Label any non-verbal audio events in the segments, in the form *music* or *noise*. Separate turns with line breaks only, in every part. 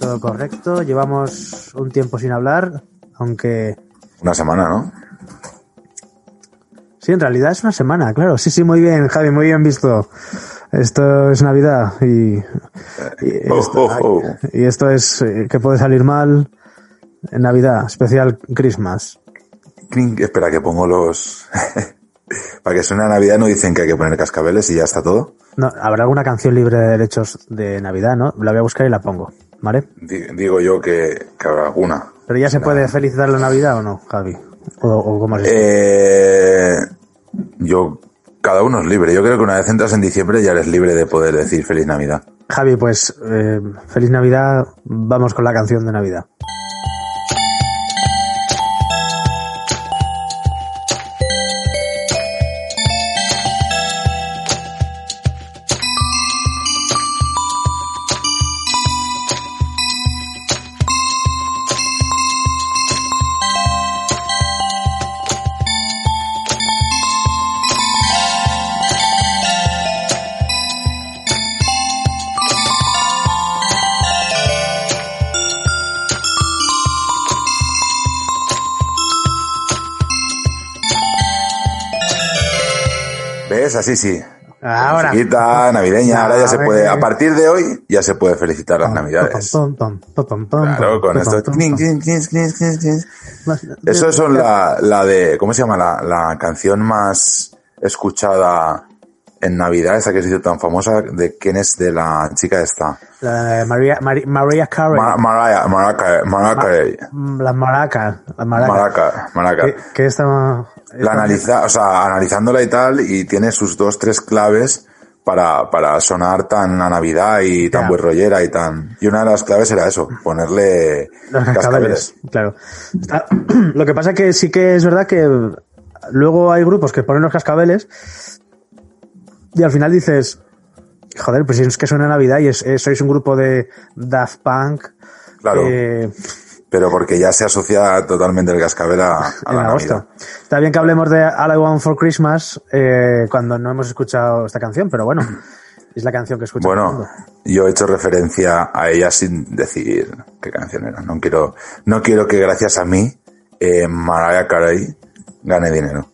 todo correcto. Llevamos un tiempo sin hablar, aunque...
Una semana, ¿no?
Sí, en realidad es una semana, claro. Sí, sí, muy bien, Javi, muy bien visto. Esto es Navidad y... Y esto,
Ho, ho, ho.
y esto es... eh, que puede salir mal? En Navidad, especial Christmas.
Clink. Espera, que pongo los... *laughs* Para que suene a Navidad no dicen que hay que poner cascabeles y ya está todo.
No, habrá alguna canción libre de derechos de Navidad, ¿no? La voy a buscar y la pongo, ¿vale?
Di- Digo yo que, que habrá alguna.
Pero ya se puede felicitar la Navidad o no, Javi. O, o cómo es esto?
Eh, yo... Cada uno es libre. Yo creo que una vez entras en diciembre ya eres libre de poder decir feliz Navidad.
Javi, pues eh, feliz Navidad. Vamos con la canción de Navidad.
¿Ves? Así sí.
Ahora.
Musiquita navideña, ahora ya se puede... A
Navidad.
partir de hoy ya se puede felicitar las Navidades.
Pom, pom, pom, pom, pom,
Claro,
pom,
con esto.
pom,
Clink,
pom.
clink, clink, clink, clink, clink. Eso son la, la de, ¿cómo se llama? La, la canción más escuchada en Navidad, esa que se hizo tan famosa, de quién es de la chica esta.
La de María, Mari- María Carey.
Ma- Mariah, Maraca, Maraca,
la maraca. La maraca.
Maraca,
Que,
Maraca.
que esta,
La analiza, o sea, analizándola y tal, y tiene sus dos, tres claves para, para sonar tan a Navidad y tan
Ya.
buen rollera y tan. Y una de las claves era eso, ponerle
Los cascabeles,
cascabeles.
claro. Está- *clears throat* Lo que pasa que sí que es verdad que luego hay grupos que ponen los cascabeles y al final dices, joder, pues es que suena Navidad y es- eh, sois un grupo de Daft Punk.
Claro.
eh,
Pero porque ya se asocia totalmente el cascabel a, a
en
la
agosto.
Navidad.
Está bien que hablemos de All I Want for Christmas eh, cuando no hemos escuchado esta canción, pero
*clears throat*
bueno, es la canción que escuchamos.
Bueno, yo he hecho referencia a ella sin decir qué canción era. No quiero, no quiero que gracias a mí eh, Mariah Carey gane dinero.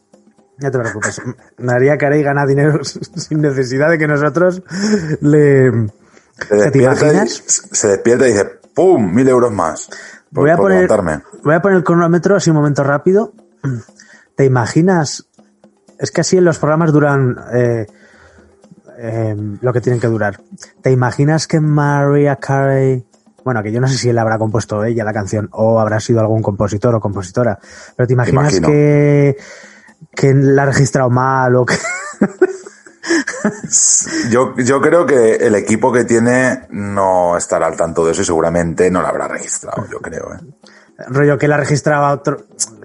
No te preocupes. María Carey gana dinero *laughs* sin necesidad de que nosotros le.
Se
¿Te
despierta, y,
imaginas?
se despierta y dice, ¡pum! Mil euros más. Por,
voy, a
por
poner,
levantarme.
voy a poner el cronómetro así un momento rápido. *clears throat* ¿Te imaginas? Es que así en los programas duran eh, eh, lo que tienen que durar. ¿Te imaginas que Maria Carey... Bueno, que yo no sé si él habrá compuesto ella la canción o habrá sido algún compositor o compositora, pero ¿te imaginas
imagino.
que, que la ha registrado mal o que... *laughs*
Yo, yo creo que el equipo que tiene no estará al tanto de eso y seguramente no la habrá registrado, yo creo. ¿eh?
rollo que la registraba otro...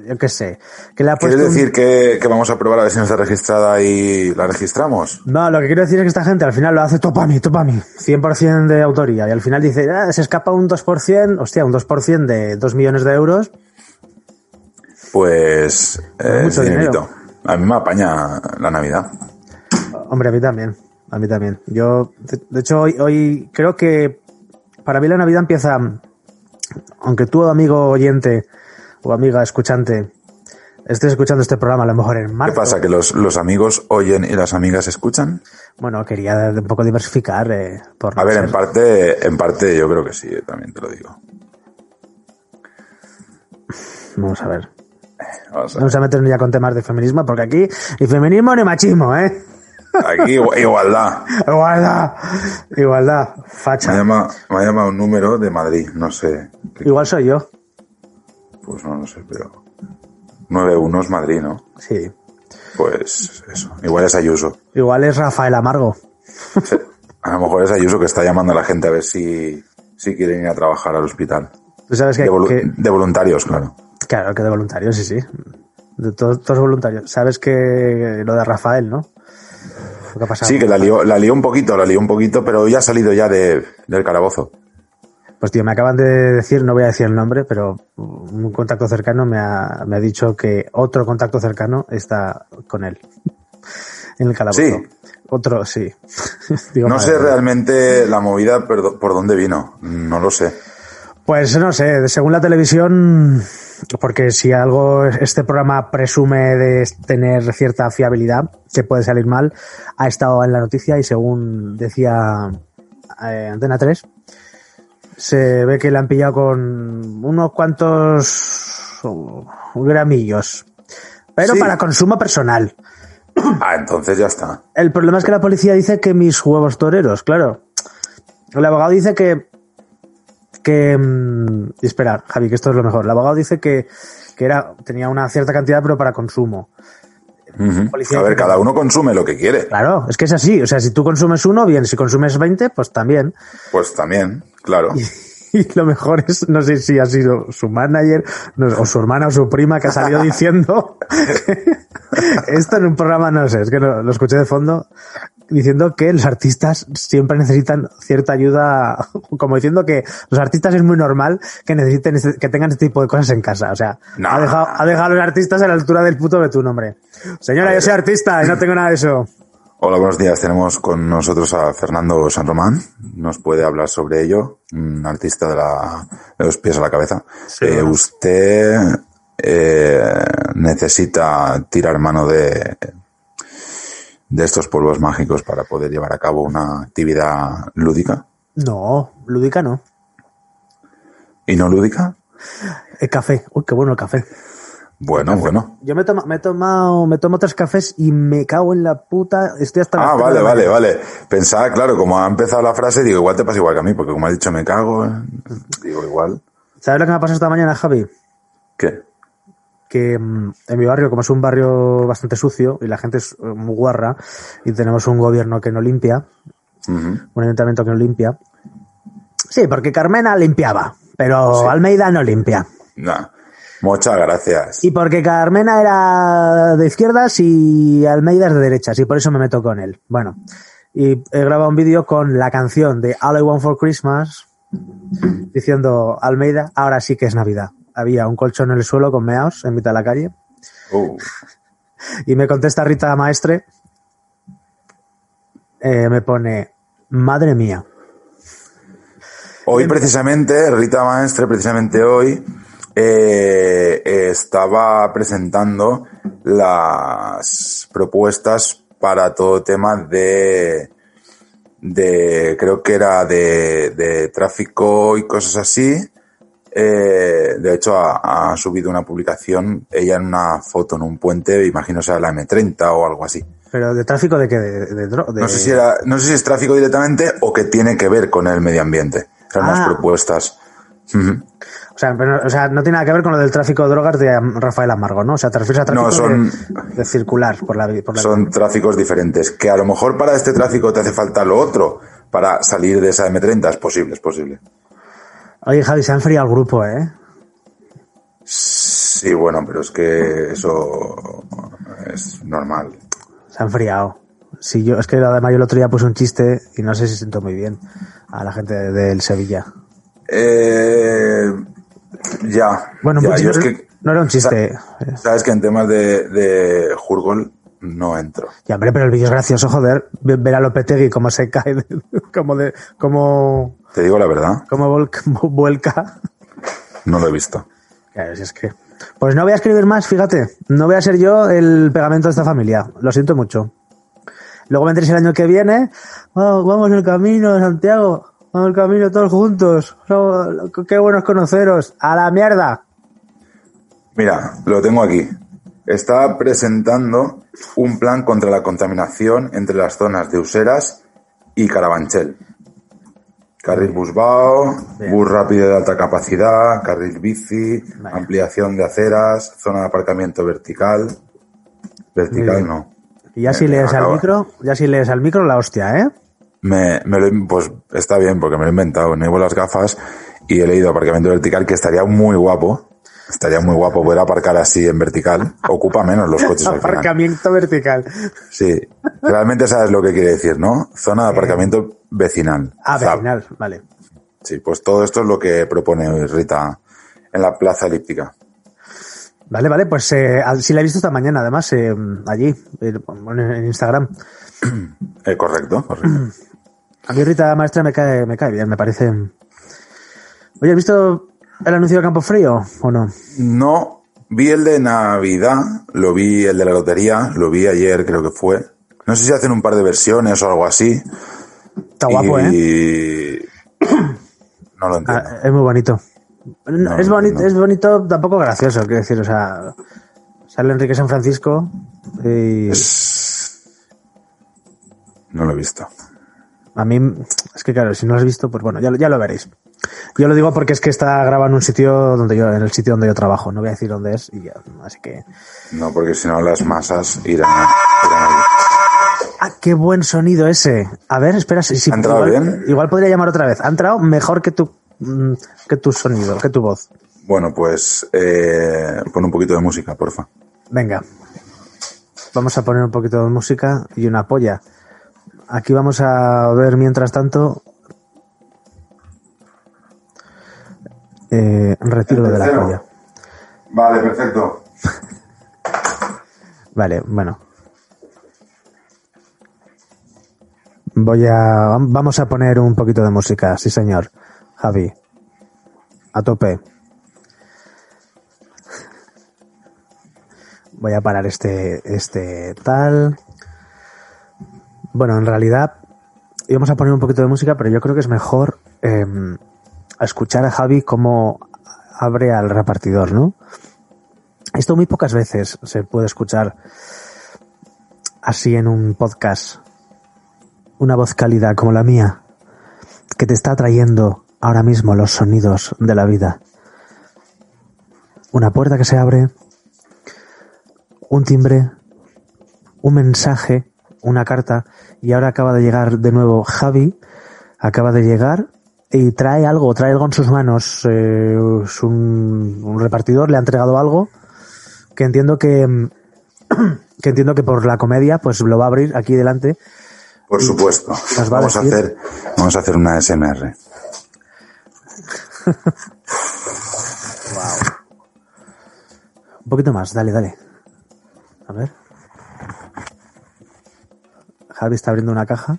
Yo qué sé. Que le ha puesto
¿Quieres
un-
decir que, que vamos a probar a ver si no está registrada y la registramos?
No, lo que quiero decir es que esta gente al final lo hace topa a mí, topa a mí. 100% de autoría. Y al final dice, "Ah, se escapa un 2%, hostia, un 2% de 2 millones de euros.
Pues eh,
Mucho
dinerito.
dinero.
A mí me apaña la Navidad.
Hombre, a mí también. A mí también. Yo, de, de hecho, hoy, hoy creo que para mí la Navidad empieza, aunque tú, amigo oyente o amiga escuchante, estés escuchando este programa a lo mejor en
¿Qué
marzo.
pasa? ¿Que los, los amigos oyen y las amigas escuchan?
Bueno, quería un poco diversificar eh, por
A
no
ver,
ser-
en parte, en parte yo creo que sí, eh, también te lo digo.
Vamos a ver.
Vamos a ver.
Vamos a meternos ya con temas de feminismo, porque aquí ni feminismo ni machismo, ¿eh?
Aquí
*laughs*
igu- igualdad.
Igualdad, igualdad,
Me
facha.
llama, me llama un número de Madrid, no sé. qué-
Igual soy yo.
Pues no, no sé, pero... 9-1 es Madrid, ¿no?
Sí.
Pues eso. Igual es Ayuso. *laughs*
Igual es Rafael Amargo.
A lo mejor es Ayuso que está llamando a la gente a ver si, si quieren ir a trabajar al hospital.
Tú sabes que,
De, volu-
que-
de voluntarios, claro.
Claro, que de voluntarios, sí, sí. De todos, todos voluntarios. Sabes que lo de Rafael, ¿no? Lo que ha pasado.
Sí, que la lió, la lió un poquito, la lió un poquito, pero ya ha salido ya de, del calabozo.
Pues tío, me acaban de decir, no voy a decir el nombre, pero un contacto cercano me ha, me ha dicho que otro contacto cercano está con él. En el calabozo.
Sí.
Otro, sí. *laughs* Digo,
No
madre
sé
mía.
realmente la movida perdo- por dónde vino, no lo sé.
Pues no sé, según la televisión, porque si algo este programa presume de tener cierta fiabilidad, que puede salir mal, ha estado en la noticia y según decía eh, Antena 3, se ve que le han pillado con unos cuantos uh, gramillos, pero
Sí.
para consumo personal.
Ah, entonces ya está.
El problema es que la policía dice que mis huevos toreros, claro. El abogado dice que. que. mm, espera, Javi, que esto es lo mejor. El abogado dice que, que era, tenía una cierta cantidad, pero para consumo.
Ujú.
Policía
A ver,
dice
cada
que-
uno consume lo que quiere.
Claro, es que es así. O sea, si tú consumes uno, bien. Si consumes 20, pues también.
Pues también, claro.
Y *laughs* lo mejor es, no sé si ha sido su manager, no sé, o su hermana o su prima que ha *laughs* salido diciendo esto en un programa, no sé, es que no- lo escuché de fondo, diciendo que los artistas siempre necesitan cierta ayuda, como diciendo que los artistas es muy normal que necesiten, este- que tengan este tipo de cosas en casa. O sea,
No.
ha, dejado, ha dejado a los artistas a la altura del puto de tu nombre. Señora, yo soy artista *laughs* y no tengo nada de eso.
Hola, buenos días. Tenemos con nosotros a Fernando San Román. Nos puede hablar sobre ello, un artista de, la- de los pies a la cabeza.
Sí,
Eh,
bueno.
usted eh, necesita tirar mano de, de estos polvos mágicos para poder llevar a cabo una actividad lúdica.
No, lúdica no.
¿Y no lúdica?
El café. Uy, qué bueno el café.
Bueno, bueno.
Yo me, he toma- me he tomado, me tomo tres cafés y me cago en la puta. Estoy hasta las
Ah,
tres de
vale,
la
vale,
mañana.
vale. Pensaba, claro, como ha empezado la frase, digo, igual te pasa igual que a mí, porque como has dicho, me cago. en- Digo, igual.
¿Sabes lo que me ha pasado esta mañana, Javi?
¿Qué?
Que mm, en mi barrio, como es un barrio bastante sucio y la gente es eh, muy guarra y tenemos un gobierno que no limpia,
Ujú.
un ayuntamiento que no limpia. Sí, porque Carmena limpiaba, pero Almeida no limpia.
Nah. Muchas gracias.
Y porque Carmena era de izquierdas y Almeida es de derechas, y por eso me meto con él. Bueno, y he grabado un vídeo con la canción de All I Want for Christmas, diciendo Almeida, ahora sí que es Navidad. Había un colchón en el suelo con meaos en mitad de la calle,
Uh,
y me contesta Rita Maestre, eh, me pone, madre mía.
Hoy precisamente, Rita Maestre, precisamente hoy, eh, eh, estaba presentando las propuestas para todo tema de, de creo que era de, de tráfico y cosas así. Eh, de hecho, ha, ha subido una publicación, ella en una foto en un puente, imagino sea la M30 o algo así.
Pero de tráfico de que de, de dro- de-
No sé si era, no sé si es tráfico directamente o que tiene que ver con el medio ambiente. Son
Ah.
las propuestas. Ujú.
o, sea, pero- o sea, no tiene nada que ver con lo del tráfico de drogas de um, Rafael Amargo, ¿no? O sea, te refieres a tráfico
No, son-
de, de circular por la, vi- por la
Son tráficos diferentes. Que a lo mejor para este tráfico te hace falta lo otro para salir de esa M30. Es posible, es posible.
Oye, Javi, se ha enfriado el grupo, ¿eh?
Sí, bueno, pero es que eso es normal.
Se ha enfriado. Sí, yo, es que además yo el otro día puse un chiste y no sé si siento muy bien a la gente de- del Sevilla.
Eh, ya.
Bueno,
ya,
pues
yo
no,
es que-
no era un chiste.
Sabes que en temas de, de Jurgol no entro.
Ya, hombre, pero el vídeo es gracioso, joder. Ve- Ver a Lopetegui cómo se cae, de- *laughs* como de, como,
Te digo la verdad,
como volca- *laughs* vuelca.
no lo he visto.
Claro, si es que. Pues no voy a escribir más, fíjate. No voy a ser yo el pegamento de esta familia. Lo siento mucho. Luego vendréis el año que viene. Vamos, vamos el camino, Santiago. Vamos el camino todos juntos. Somos- Qué buenos conoceros. A la mierda.
Mira, lo tengo aquí. Está presentando un plan contra la contaminación entre las zonas de Useras y Carabanchel. Carril Busbao,
Bien.
bus rápido de alta capacidad, carril bici,
Vale.
ampliación de aceras, zona de aparcamiento vertical. Vertical
bien.
no.
Y ya si
Venga,
lees al
Eh, acaba.
micro, ya si lees al micro, la hostia, ¿eh?
Me, me lo he- pues está bien porque me lo he inventado, me llevo las gafas y he leído aparcamiento vertical, que estaría muy guapo. Estaría muy guapo poder aparcar así en vertical. Ocupa menos los coches al final.
Aparcamiento vertical.
Sí. Realmente sabes lo que quiere decir, ¿no? Zona de aparcamiento vecinal.
Ah,
Zap.
final, vale.
Sí, pues todo esto es lo que propone hoy Rita en la plaza elíptica.
Vale, vale, pues eh, al- sí la he visto esta mañana, además, eh, allí, eh, en en Instagram.
Eh, correcto,
Mm.
correcto.
A mí Rita Maestra me cae, me cae bien, me parece. Oye, ¿has visto el anuncio de Campo Frío o no?
No vi el de Navidad, lo vi el de la lotería, lo vi ayer creo que fue. No sé si hacen un par de versiones o algo así.
Está guapo, ¿eh?
y... No lo
Ah,
entiendo.
es muy bonito. No, es,
no,
bonito
no.
es bonito, tampoco gracioso, quiero decir, o sea, sale Enrique San Francisco y eh.
No lo he visto.
a mí, es que claro, si no lo has visto, pues bueno, ya, lo- ya lo veréis. Yo lo digo porque es que está grabado en un sitio donde yo, en el sitio donde yo trabajo, no voy a decir dónde es y ya, así que...
No, porque si no las masas irán, irán allí.
Ah, qué buen sonido ese. A ver, espera, si, si-
¿Ha entrado
igual,
bien?
igual podría llamar otra vez. Ha entrado mejor que tu mm, que tu sonido, que tu voz.
Bueno, pues eh, pon un poquito de música, porfa.
Venga. Vamos a poner un poquito de música y una polla. Aquí vamos a ver mientras tanto. Eh, retiro de la
Tercero.
polla.
Vale, perfecto.
Vale, bueno. Voy a. Vamos a poner un poquito de música, sí, señor. Javi. A tope. Voy a parar este. Este tal. Bueno, en realidad. Íbamos a poner un poquito de música, pero yo creo que es mejor. em, escuchar a Javi cómo abre al repartidor, ¿no? Esto muy pocas veces se puede escuchar así en un podcast. Una voz cálida como la mía, que te está trayendo ahora mismo los sonidos de la vida. Una puerta que se abre, un timbre, un mensaje, una carta, y ahora acaba de llegar de nuevo Javi, acaba de llegar y trae algo, trae algo en sus manos. eh, es un- un repartidor le ha entregado algo que entiendo que mm, que entiendo que por la comedia pues lo va a abrir aquí delante
Por supuesto.
Nos va a
vamos a,
decir-
hacer, vamos a hacer una SMR.
un poquito más dale dale a ver Javi está abriendo una caja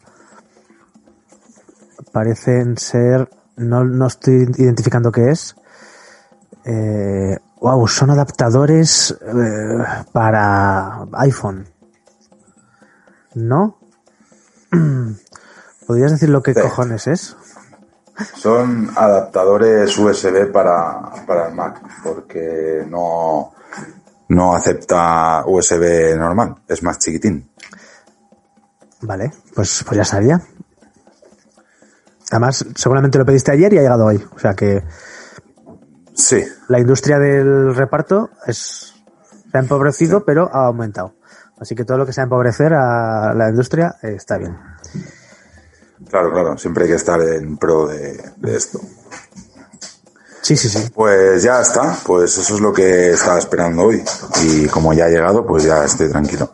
parecen ser no, no estoy identificando qué es eh, wow son adaptadores eh, para iPhone ¿no? *clears throat* ¿podrías decir lo que
Sí.
cojones es?
Son adaptadores USB para, para el Mac, porque no, no acepta USB normal, es más chiquitín.
Vale, pues, pues ya sabía. Además, seguramente lo pediste ayer y ha llegado hoy. O sea que
Sí,
la industria del reparto es, se ha empobrecido, pero ha aumentado. Así que todo lo que sea empobrecer a la industria eh, está bien.
claro, claro, siempre hay que estar en pro de, de esto.
Sí, sí, sí.
Pues ya está, pues eso es lo que estaba esperando hoy. Y como ya ha llegado, pues ya estoy tranquilo.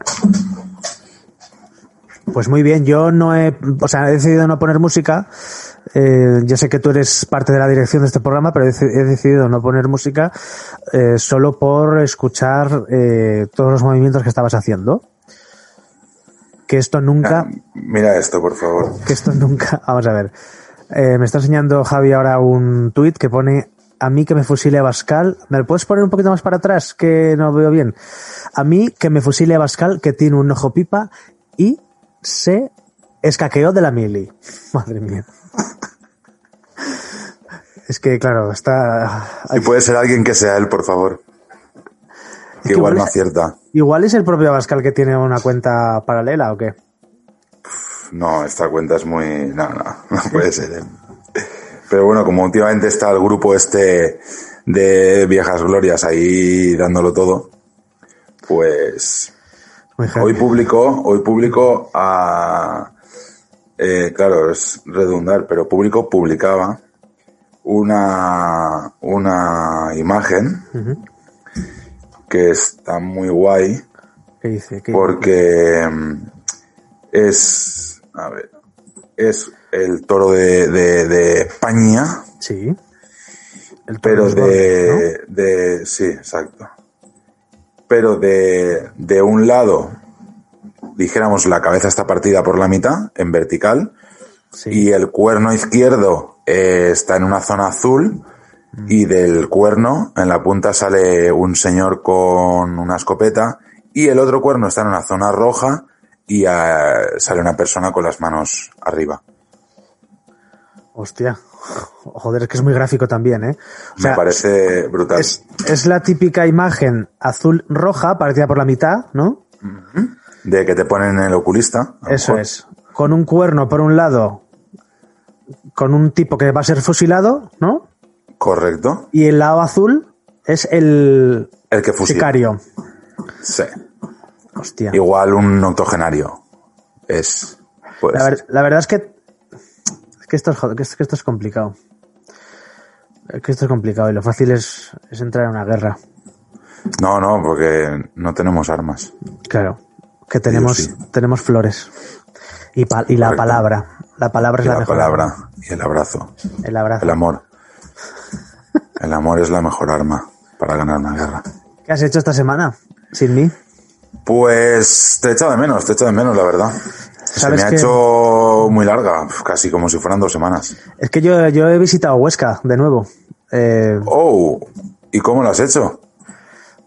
Pues muy bien, yo no he, o sea, he decidido no poner música. Eh, yo sé que tú eres parte de la dirección de este programa, pero he deci- he decidido no poner música eh, solo por escuchar eh, todos los movimientos que estabas haciendo. Que esto nunca,
Mira esto, por favor.
que esto nunca. Vamos a ver. Eh, me está enseñando Javi ahora un tuit que pone a mí que me fusile a Bascal. ¿Me lo puedes poner un poquito más para atrás que no veo bien? A mí que me fusile a Bascal que tiene un ojo pipa y se escaqueó de la mili. *laughs* Madre mía. Es que claro, está
Si puede ser alguien que sea él, por favor. Que
que
igual
igual
no
es-
acierta.
igual es el propio Bascal que tiene una cuenta paralela o qué.
No, esta cuenta es muy... No, no, no puede ser. ¿eh? Pero bueno, como últimamente está el grupo este de Viejas Glorias ahí dándolo todo, pues
Muy heavy.
hoy publicó, hoy publicó a... eh, claro, es redundar, pero público publicaba una, una imagen
Ujú.
que está muy guay
¿Qué dice? ¿Qué-
porque mm, es, a ver, es el toro de, de, de España,
Sí. El
pero
Torres Gordos,
de, de, sí, exacto. Pero de, de un lado, dijéramos, la cabeza está partida por la mitad, en vertical,
¿no? Sí.
y el cuerno izquierdo eh, está en una zona azul
Mm.
y del cuerno en la punta sale un señor con una escopeta y el otro cuerno está en una zona roja y eh, sale una persona con las manos arriba.
Hostia. *laughs* Joder, es que es muy gráfico también, ¿eh? O
Me
sea,
parece brutal.
es, es la típica imagen azul-roja partida por la mitad, ¿no?
De que te ponen el oculista. a lo
Eso
mejor.
es. Con un cuerno por un lado, con un tipo que va a ser fusilado, ¿no?
Correcto.
Y el lado azul es el
El que fusila.
sicario.
Sí.
Hostia.
Igual un octogenario. Es. Pues,
La, ver- la verdad es que, es que, esto es, jod- que esto- que esto es complicado. Es que esto es complicado y lo fácil es, es entrar en una guerra.
No, no, porque no tenemos armas.
Claro. Que tenemos,
sí.
tenemos flores. Y, pa- y la
Correcto.
palabra. La palabra es
Y
la,
la
mejor.
palabra y el abrazo.
arma. El abrazo.
El amor. El amor es la mejor arma para ganar una guerra.
¿Qué has hecho esta semana? Sin mí.
Pues te he echado de menos, te he echado de menos, la verdad. Se
¿Sabes
me ha
qué?
hecho muy larga, pf, casi como si fueran dos semanas.
Es que yo, yo he visitado Huesca de nuevo. Eh,
Oh, ¿y cómo lo has hecho?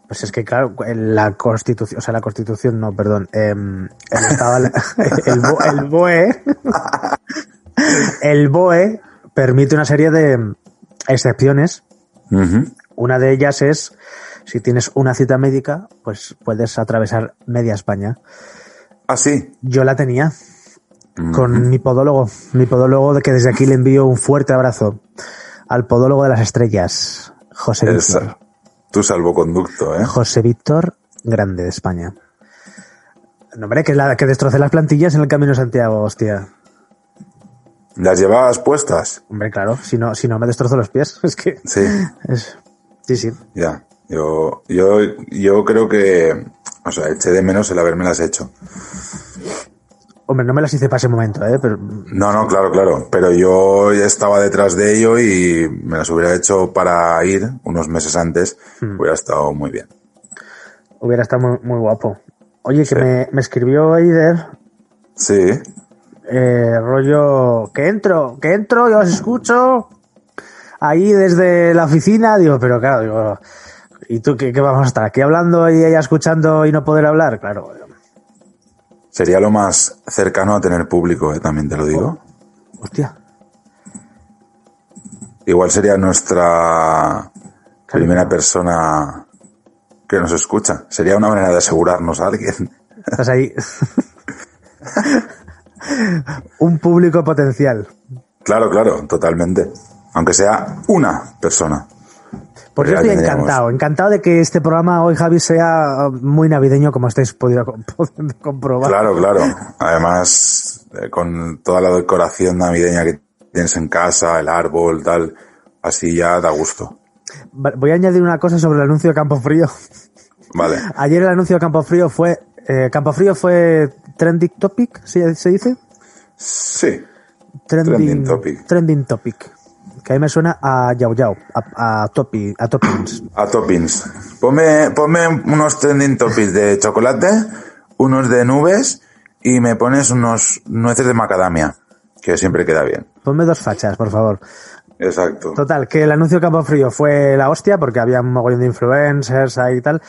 Pues es que, claro, la constitución, o sea, la constitución, no, perdón, em, el Estado, *laughs* el, Bo- el BOE, el BOE permite una serie de excepciones.
Ujú.
Una de ellas es, si tienes una cita médica, pues puedes atravesar media España.
Ah, sí.
Yo la tenía con mi podólogo, mi podólogo de que desde aquí le envío un fuerte abrazo al podólogo de las estrellas, José
El
Víctor.
sa- tu salvoconducto, ¿eh?
José Víctor Grande de España. No, hombre, que es la que destroce las plantillas en el Camino de Santiago, hostia.
¿Las llevabas puestas?
Hombre, claro, si no, si no me destrozo los pies, *laughs* es que...
Sí.
es- sí, sí.
Ya, yo, yo, yo creo que, o sea, eché de menos el las hecho.
Hombre, no me las hice para ese momento, ¿eh? Pero
No, no, claro, claro. Pero yo ya estaba detrás de ello y me las hubiera hecho para ir unos meses antes. Hubiera estado muy bien.
hubiera estado muy, muy guapo. Oye, que
Sí.
me, me escribió Aider,
Sí.
eh, rollo, que entro, que entro, yo os escucho, ahí desde la oficina, digo, pero claro, digo, ¿y tú qué, qué vamos a estar aquí hablando y ella escuchando y no poder hablar? Claro,
Sería lo más cercano a tener público, eh, también te lo digo.
hostia.
Igual sería nuestra primera persona que nos escucha. Sería una manera de asegurarnos a alguien. *laughs*
Estás ahí. *laughs* Un público potencial.
Claro, claro, totalmente. Aunque sea una persona.
Pues yo
Ya
estoy
tendríamos.
encantado, encantado de que este programa hoy, Javi, sea eh, muy navideño, como estáis podido *laughs* com- podiendo comprobar.
Claro, claro. Además, eh, con toda la decoración navideña que tienes en casa, el árbol, tal, así ya da gusto.
Va- Voy a añadir una cosa sobre el anuncio de Campo Frío.
Vale.
Ayer el anuncio de Campo Frío fue. Eh, Campo Frío fue trending topic, ¿se, se dice?
Sí.
Trending,
Trending topic.
Trending topic. Que ahí me suena a Yao Yao, a, a, topi, a toppings.
A toppings. Ponme, ponme unos trending toppings de chocolate, unos de nubes y me pones unos nueces de macadamia, que siempre queda bien.
Ponme dos fachas, por favor.
Exacto.
Total, que el anuncio de Campo Frío fue la hostia porque había un mogollón de influencers ahí y tal.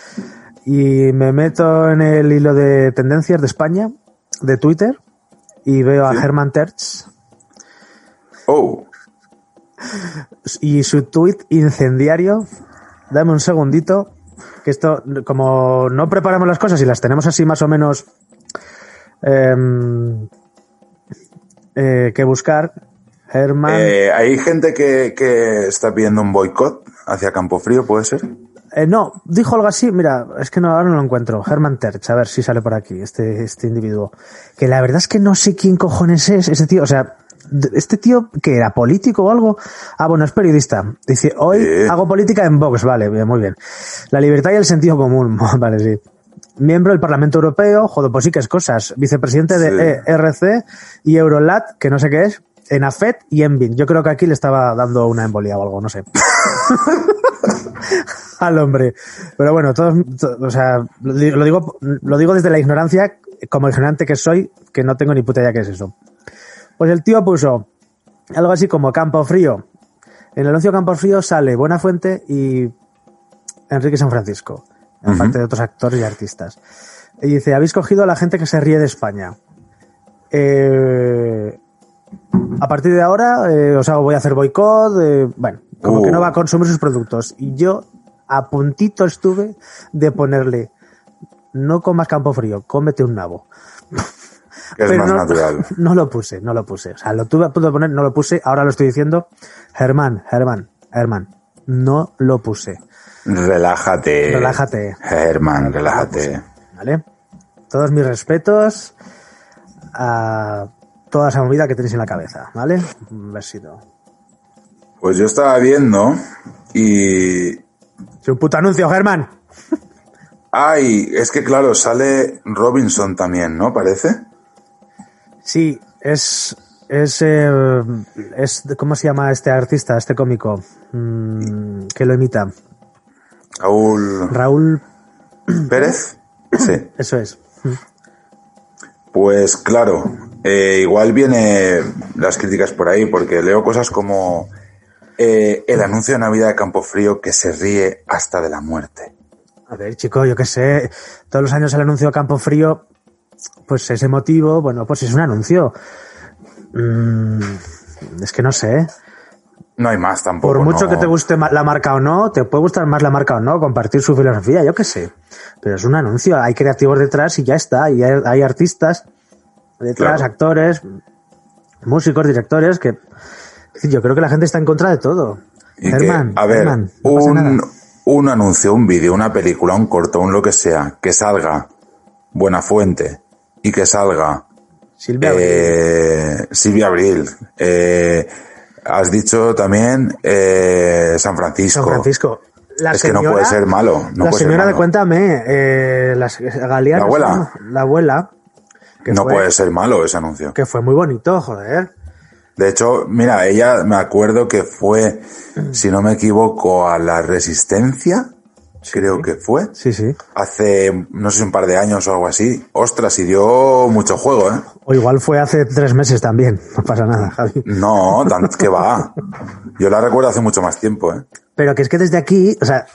Y me meto en el hilo de tendencias de España, de Twitter, y veo a Germán Terz
Oh,
y su tweet incendiario. Dame un segundito, que esto, como no preparamos las cosas y las tenemos así más o menos em, eh, que buscar, Germán.
eh, hay gente que, que está pidiendo un boicot hacia Campofrío, ¿puede ser?
Eh, no, dijo algo así, mira, es que no, ahora no lo encuentro. Herman Terch, a ver si sale por aquí, este, este individuo. Que la verdad es que no sé quién cojones es ese tío, o sea, este tío que era político o algo. Ah, bueno, es periodista. Dice, hoy
Sí.
hago política en Vox, vale, bien, muy bien. La libertad y el sentido común, *laughs* vale, sí. Miembro del Parlamento Europeo, joder, pues sí que es cosas. Vicepresidente
Sí.
de ERC y Eurolat, que no sé qué es, en AFET y en BIN. Yo creo que aquí le estaba dando una embolia o algo, no sé. *laughs* Al hombre. Pero bueno, todos, to- o sea, lo di- lo digo, lo digo desde la ignorancia, como ignorante que soy, que no tengo ni puta idea qué es eso. Pues el tío puso algo así como Campo Frío. En el anuncio Campo Frío sale Buenafuente y Enrique San Francisco, aparte de otros actores y artistas. Y dice, habéis cogido a la gente que se ríe de España. Eh, a partir de ahora, eh, os hago- voy a hacer boicot, eh, bueno, como
Uh.
que no va a consumir sus productos. Y yo a puntito estuve de ponerle, no comas campo frío, cómete un nabo.
que es
Pero
más
no- *laughs*
natural.
No lo puse, no lo puse. O sea, lo tuve a punto de poner, no lo puse, ahora lo estoy diciendo. Germán, Germán, Germán, no lo puse.
Relájate.
Relájate.
Germán, relájate.
¿Vale? Todos mis respetos a toda esa movida que tenéis en la cabeza, ¿vale? Un besito.
Pues yo estaba viendo y.
Es un puto anuncio, Germán.
Ay, es que claro, sale Robinson también, ¿no? Parece.
Sí, es. Es, eh, es. ¿Cómo se llama este artista, este cómico? Mm, que lo imita.
Raúl
Raúl,
Pérez. Sí.
eso es.
Pues claro, eh, igual viene las críticas por ahí, porque leo cosas como eh, el anuncio de Navidad de Campofrío que se ríe hasta de la muerte.
A ver, chico, yo qué sé. Todos los años el anuncio de Campo Frío, pues ese motivo, bueno, pues es un anuncio. Mm, es que no sé.
No hay más tampoco.
Por mucho
Pues no.
que te guste ma- la marca o no, te puede gustar más la marca o no, compartir su filosofía, yo qué sé. Pero es un anuncio, hay creativos detrás y ya está, y hay, hay artistas detrás,
Claro.
actores, músicos, directores, que es decir, yo creo que la gente está en contra de todo.
Y que,
Germán,
a ver,
Germán, no pasa
un,
nada.
un anuncio, un vídeo, una película, un corto, un lo que sea, que salga Buena Fuente y que salga
Silvia Abril.
eh, Silvia Abril. eh, has dicho también eh, San Francisco.
San Francisco. La
es que no puede ser malo. No
la
puede ser
señora de
malo.
Cuéntame, eh, la, se- Galeana,
La abuela.
La abuela, que
No
fue-
puede ser malo ese anuncio.
que fue muy bonito, joder.
De hecho, mira, ella me acuerdo que fue, si no me equivoco, a la Resistencia, creo que fue,
Sí, sí.
hace, no sé, un par de años o algo así. Ostras, y dio mucho juego, ¿eh?
O igual fue hace tres meses también. *laughs* No pasa nada, Javi.
No, tan, que va. Yo la recuerdo hace mucho más tiempo, ¿eh?
Pero que es que desde aquí, o sea,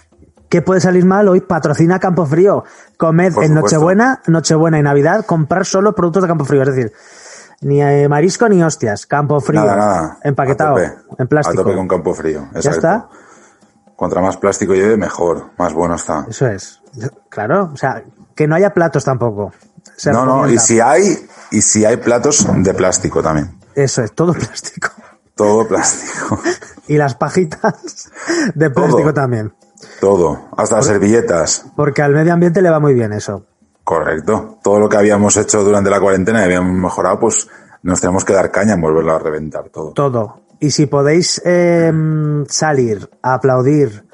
¿qué puede salir mal hoy? Patrocina Campo Frío. Comed
Por
en
supuesto.
Nochebuena, Nochebuena y Navidad, comprar solo productos de Campo Frío. Es decir, ni eh, marisco ni hostias. Campo Frío.
Nada, nada.
Empaquetado.
A tope.
En plástico.
A tope con campo frío.
ya
exacto.
está.
Contra más plástico lleve, mejor. Más bueno está.
Eso es. Claro. O sea, que no haya platos tampoco. Se
No, no, y
recomienda.
si hay, y si hay platos de plástico también.
Eso es, todo *laughs* plástico.
Todo plástico. *laughs*
Y las pajitas *laughs* de plástico
Todo.
también.
Todo. Hasta las servilletas.
Porque al medio ambiente le va muy bien eso.
Correcto. Todo lo que habíamos hecho durante la cuarentena y habíamos mejorado, pues nos tenemos que dar caña en volverlo a reventar todo.
Todo. Y si podéis eh, salir a aplaudir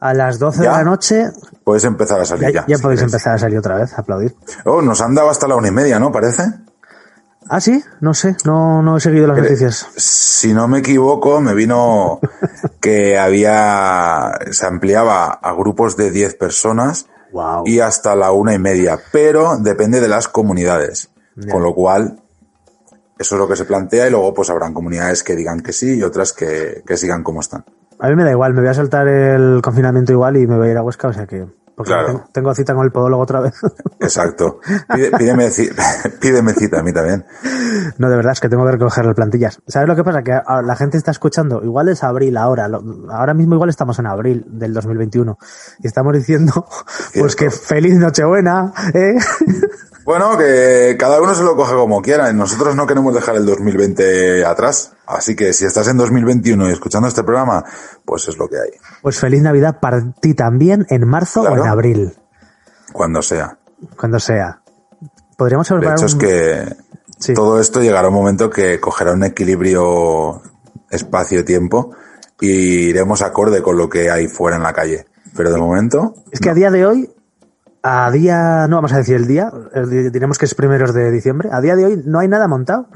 a las 12
¿Ya?
de la noche,
Podéis empezar a
ya,
salir ya.
ya
si
podéis
queréis.
empezar a salir otra vez a aplaudir.
Oh, nos han dado hasta la una y media, ¿no? Parece.
Ah, sí, no sé, no, no he seguido las
Pero-
noticias.
Si no me equivoco, me vino que había, se ampliaba a grupos de 10 personas
Wow.
y hasta la una y media, pero depende de las comunidades. Con lo cual, eso es lo que se plantea y luego pues habrán comunidades que digan que sí y otras que, que sigan como están.
A mí me da igual, me voy a saltar el confinamiento igual y me voy a ir a Huesca, o sea que. Porque
Claro.
tengo, tengo cita con el podólogo otra vez. *laughs*
Exacto. Pide- pídeme, ci- *laughs* pídeme cita a mí también.
No, de verdad, es que tengo que recoger las plantillas. ¿Sabes lo que pasa? Que a- la gente está escuchando. Igual es abril ahora. lo- ahora mismo igual estamos en abril del 2021. Y estamos
*laughs*
diciendo, pues
Cierto.
que feliz Nochebuena,
*laughs*
¿eh?
Bueno, que cada uno se lo coge como quiera. Nosotros no queremos dejar el 2020 atrás. Así que si estás en 2021 y escuchando este programa, pues es lo que hay.
Pues feliz Navidad para ti también en marzo o
Claro.
en abril,
Cuando sea.
cuando sea. Podríamos
De
preparar
hecho es
un-
que
Sí.
Todo esto llegará un momento que cogerá un equilibrio espacio-tiempo y iremos acorde con lo que hay fuera en la calle. Pero de momento,
Es que a día de hoy, a día, no vamos a decir el día, el di- diremos que es primeros de diciembre, a día de hoy no hay nada montado.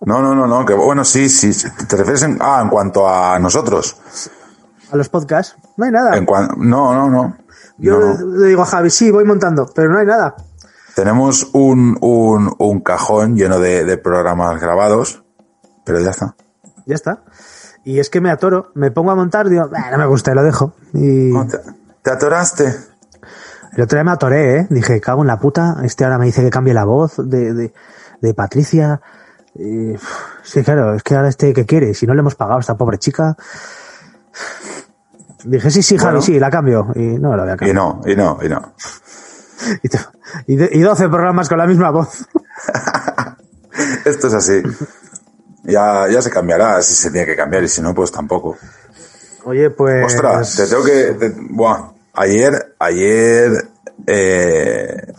no, no, no, no, que bueno, sí, sí, te refieres en, ah, en cuanto a nosotros.
A los podcasts, no hay nada.
En cuan- no, no, no.
Ah. Yo
No, no.
le digo a Javi, sí, voy montando, pero no hay nada.
Tenemos un, un, un cajón lleno de, de programas grabados, pero ya está.
Ya está. Y es que me atoro, me pongo a montar, digo, "Bah, no me gusta y lo dejo. Y
No, te, te atoraste.
el otro día me atoré, ¿eh? Dije, cago en la puta, este ahora me dice que cambie la voz de, de, de Patricia. Y, uf, sí, claro, es que ahora este que quiere, si no le hemos pagado a esta pobre chica. Dije, sí, sí, Javi,
Bueno.
sí, la cambio. Y no la voy a
Y
cambiar. *laughs*
no, y no, y no.
Y, te- y de- y 12 programas con la misma voz.
Esto es así. Ya, ya se cambiará, si se tiene que cambiar, y si no, pues tampoco.
*laughs* Oye, pues.
Ostras, te tengo que. te- buah, ayer, ayer. eh,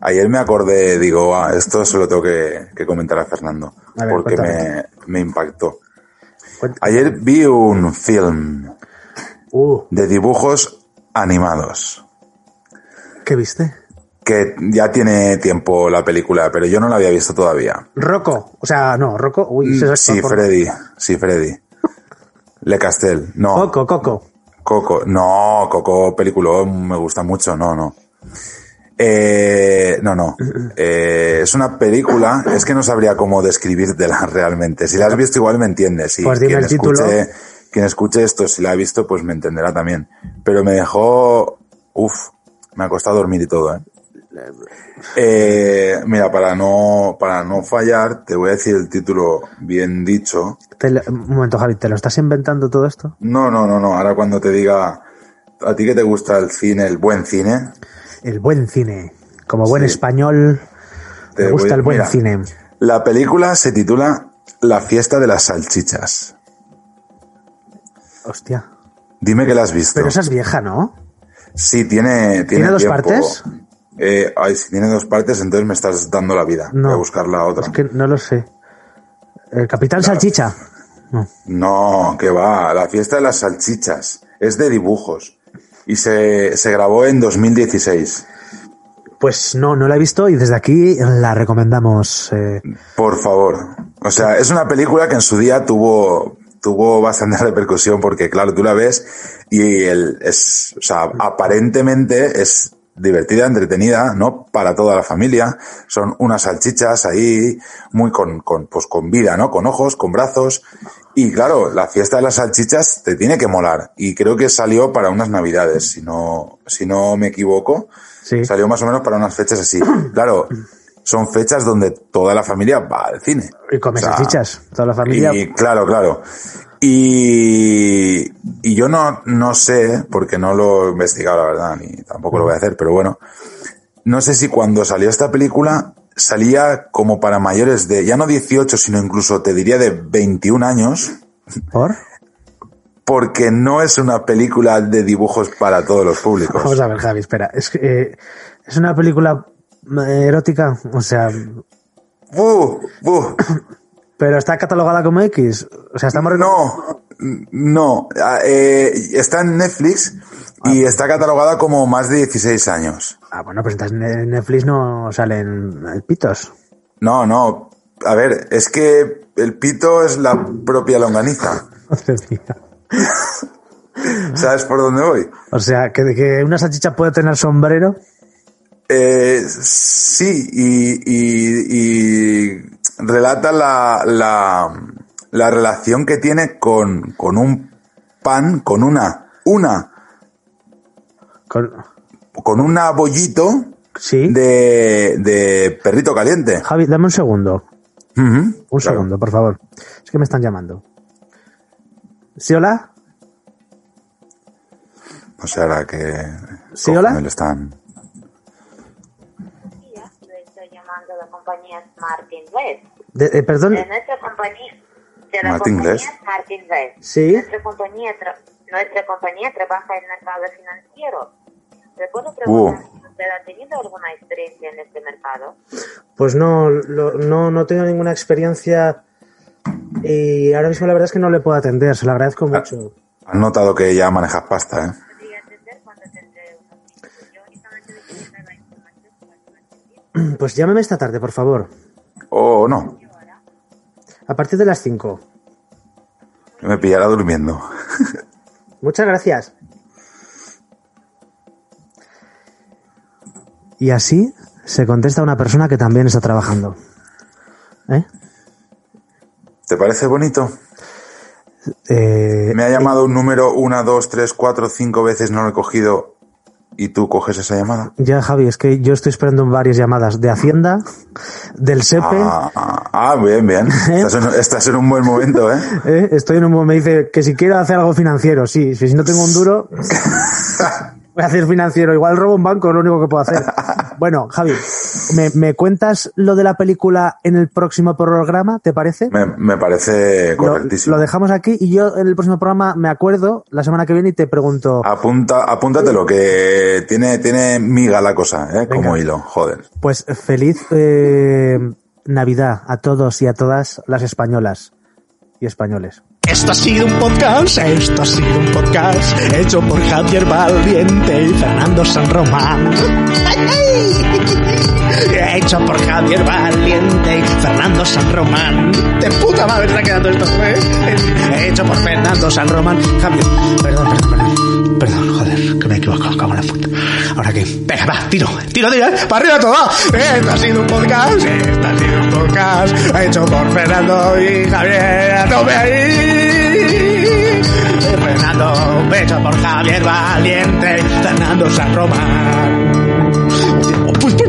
ayer me acordé, digo, ah, esto se lo tengo que, que comentar a Fernando.
A ver,
porque me,
cuéntame.
me impactó.
Cuenta-
Ayer vi un film
Uh,
de dibujos animados.
¿qué viste?
Que ya tiene tiempo la película, pero yo no la había visto todavía.
Rocco. O sea, no, Rocco. Uy, ese es
Mm, Sí,
por-
Freddy. Sí, Freddy. Le Castel. No.
Coco, Coco.
Coco, no, Coco peliculón, me gusta mucho, no, no. Eh, no, no. Eh, es una película, es que no sabría cómo describírtela *laughs* realmente. Si la has visto igual me entiendes. Y
Pues dime
quien,
el título.
Escuche, quien escuche esto, si la ha visto, pues me entenderá también. Pero me dejó... Uf, me ha costado dormir y todo, ¿eh? Eh, mira, para no, para no fallar, te voy a decir el título bien dicho.
Te lo- Un momento, Javi, ¿te lo estás inventando todo esto?
No, no, no, no. Ahora cuando te diga a ti que te gusta el cine, el buen cine,
El buen cine. Como buen
Sí.
español,
Te
me gusta
voy-
el buen
mira.
cine.
la película se titula La fiesta de las salchichas.
Hostia.
Dime que la has visto.
Pero esa es vieja, ¿no?
Sí, tiene, tiene,
¿Tiene dos
tiempo.
partes?
Eh, ay, si tiene dos partes, entonces me estás dando la vida.
No.
Voy a buscar la otra.
Es que no lo sé. El Capitán Salchicha.
No, que va. La fiesta de las salchichas. Es de dibujos. Y se, se grabó en 2016.
Pues no, no la he visto y desde aquí la recomendamos. eh,
Por favor. O sea, es una película que en su día tuvo, tuvo bastante *laughs* repercusión porque, claro, tú la ves y el, es, o sea, aparentemente es divertida, entretenida, ¿no? Para toda la familia. Son unas salchichas ahí, muy con, con, pues con vida, ¿no? Con ojos, con brazos. Y claro, la fiesta de las salchichas te tiene que molar. Y creo que salió para unas navidades, si no, si no me equivoco.
sí.
Salió más o menos para unas
*clears throat*
fechas así. Claro, son fechas donde toda la familia va al cine.
Y come
O sea,
salchichas. Toda la familia.
Y claro, claro. Y, y yo no, no sé, porque no lo he investigado, la verdad, ni tampoco lo voy a hacer, pero bueno. No sé si cuando salió esta película salía como para mayores de, ya no 18, sino incluso te diría de 21 años,
¿Por?
porque no es una película de dibujos para todos los
*laughs*
públicos.
Vamos a ver, Javi, espera. Es, que, eh, es una película eh, erótica. O sea,
¡Buh! ¡Buh!
Pero está catalogada como X. O sea, estamos
No, no. Ah, eh, está en Netflix y está catalogada como más de 16 años.
Ah, bueno, pues entonces en Netflix no salen pitos. *laughs*
No, no. A ver, es que el pito es la propia longaniza.
Madre mía.
¿Sabes por dónde voy?
O sea, que, que una salchicha puede tener sombrero.
Eh, sí, y, y- y relata la, la, la relación que tiene con, con un pan, con una, una,
Con...
con una bollito
Sí.
de, de perrito caliente.
Javi, dame un segundo.
Ujú,
Un
claro.
segundo, por favor. Es que me están llamando. ¿Sí, hola?
No sé ahora que.
¿Sí, hola?
cojones le Están...
días, le estoy llamando a la compañía Smart Invest.
De- eh, perdón.
De nuestra compañía, de la
Smart
compañía
Invest.
Smart Invest.
Sí.
Nuestra compañía, tra- nuestra compañía trabaja en el mercado financiero. Le puedo preguntar
Uh.
¿Usted ha tenido alguna experiencia en este mercado?
Pues no, lo- no, no tengo ninguna experiencia y ahora mismo la verdad es que no le puedo atender, se lo agradezco
Ah.
mucho. *clears throat*
Has notado que ya manejas pasta, ¿eh?
Podría atender cuando tendré unos minutos. Yo únicamente le quería dar la información para que la atendiera.
Pues llámeme esta tarde, por favor,
O no,
a partir de las 5.
me pillará durmiendo.
Muchas gracias. Y así se contesta a una persona que también está trabajando. ¿Eh?
¿Te parece bonito?
Eh,
Me ha llamado un número una, dos, tres, cuatro, cinco veces, no lo he cogido y tú coges esa llamada.
ya, Javi, es que yo estoy esperando varias llamadas de Hacienda, del SEPE.
Ah, ah, ah,
*laughs*
bien, bien. Estás en, estás en un buen momento, ¿eh?
¿eh? Estoy en un momento, me dice que si quiero hacer algo financiero, sí, si no tengo un duro, voy a hacer financiero. Igual robo un banco, es lo único que puedo hacer. Bueno, Javi, ¿me, me cuentas lo de la película en el próximo programa, te parece?
Me, me parece
Lo,
correctísimo.
lo dejamos aquí y yo en el próximo programa me acuerdo la semana que viene y te pregunto,
Ah. Apunta, apúntatelo, que tiene, tiene miga la cosa, ¿eh? Como
Venga.
hilo, joder.
pues feliz eh, Navidad a todos y a todas las españolas y españoles.
Esto ha sido un podcast, esto ha sido un podcast hecho por Javier Valiente y Fernando San Román. Hecho por Javier Valiente y Fernando San Román. De puta madre está quedando esto, ¿eh? Hecho por Fernando San Román. Javier, perdón, perdón, perdón. Perdón, joder, que me he equivocado, cago en la puta. Ahora que, venga, va, tiro, tiro, tiro, ¿eh? para arriba todo. va. Eh, Esto ha sido un podcast, Eh, esto ha sido un podcast hecho por Fernando y Javier. A tope ahí. Fernando, hecho por Javier Valiente, Fernando San Román. Pues, pues,